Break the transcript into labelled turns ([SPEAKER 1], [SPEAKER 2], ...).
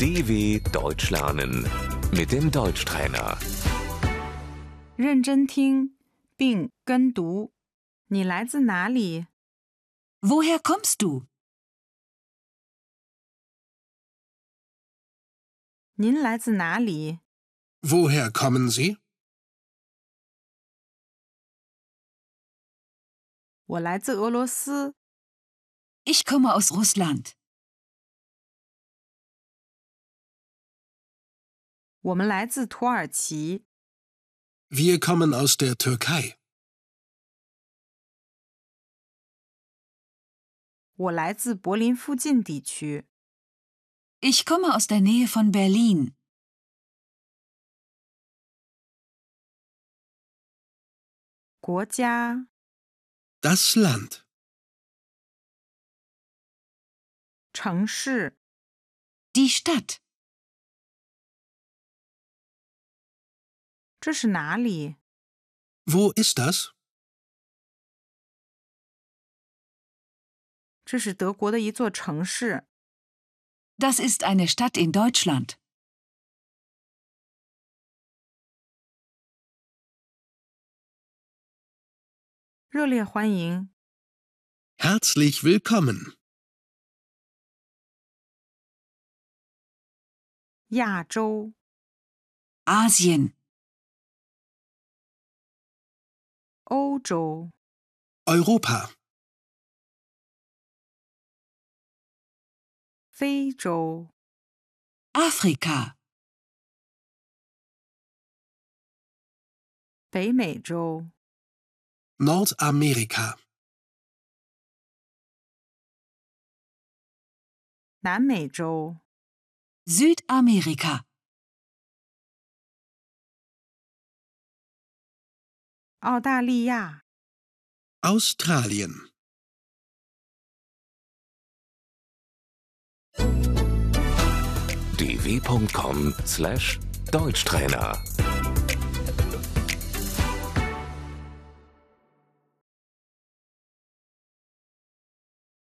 [SPEAKER 1] DW Deutsch lernen mit dem Deutschtrainer.
[SPEAKER 2] 认真听并跟读。你来自哪里？
[SPEAKER 3] Woher kommst du?
[SPEAKER 2] 您来自哪里？
[SPEAKER 4] Woher kommen Sie?
[SPEAKER 2] 我来自俄罗斯。
[SPEAKER 3] Ich komme aus Russland.
[SPEAKER 2] 我们来自土耳其。
[SPEAKER 4] Wir kommen aus der Türkei.
[SPEAKER 2] 我来自柏林附近地区。
[SPEAKER 3] Ich komme aus der Nähe von Berlin.
[SPEAKER 2] 国家，
[SPEAKER 4] Das Land.
[SPEAKER 2] 城市，
[SPEAKER 3] Die Stadt.
[SPEAKER 2] 这是哪里？
[SPEAKER 4] Wo ist das?
[SPEAKER 2] 这是德国的一座城市。
[SPEAKER 3] Das ist eine Stadt in Deutschland.
[SPEAKER 2] 热烈欢迎！
[SPEAKER 4] Herzlich willkommen.
[SPEAKER 2] 亚洲，
[SPEAKER 3] Asien.
[SPEAKER 2] 欧洲，
[SPEAKER 4] Europa.
[SPEAKER 2] 非洲，
[SPEAKER 3] Afrika.
[SPEAKER 2] 北美洲，
[SPEAKER 4] Nordamerika.
[SPEAKER 2] 南美洲，
[SPEAKER 3] Südamerika.
[SPEAKER 2] 澳大利亚，
[SPEAKER 4] Australien.
[SPEAKER 1] dw.com/deutschtrainer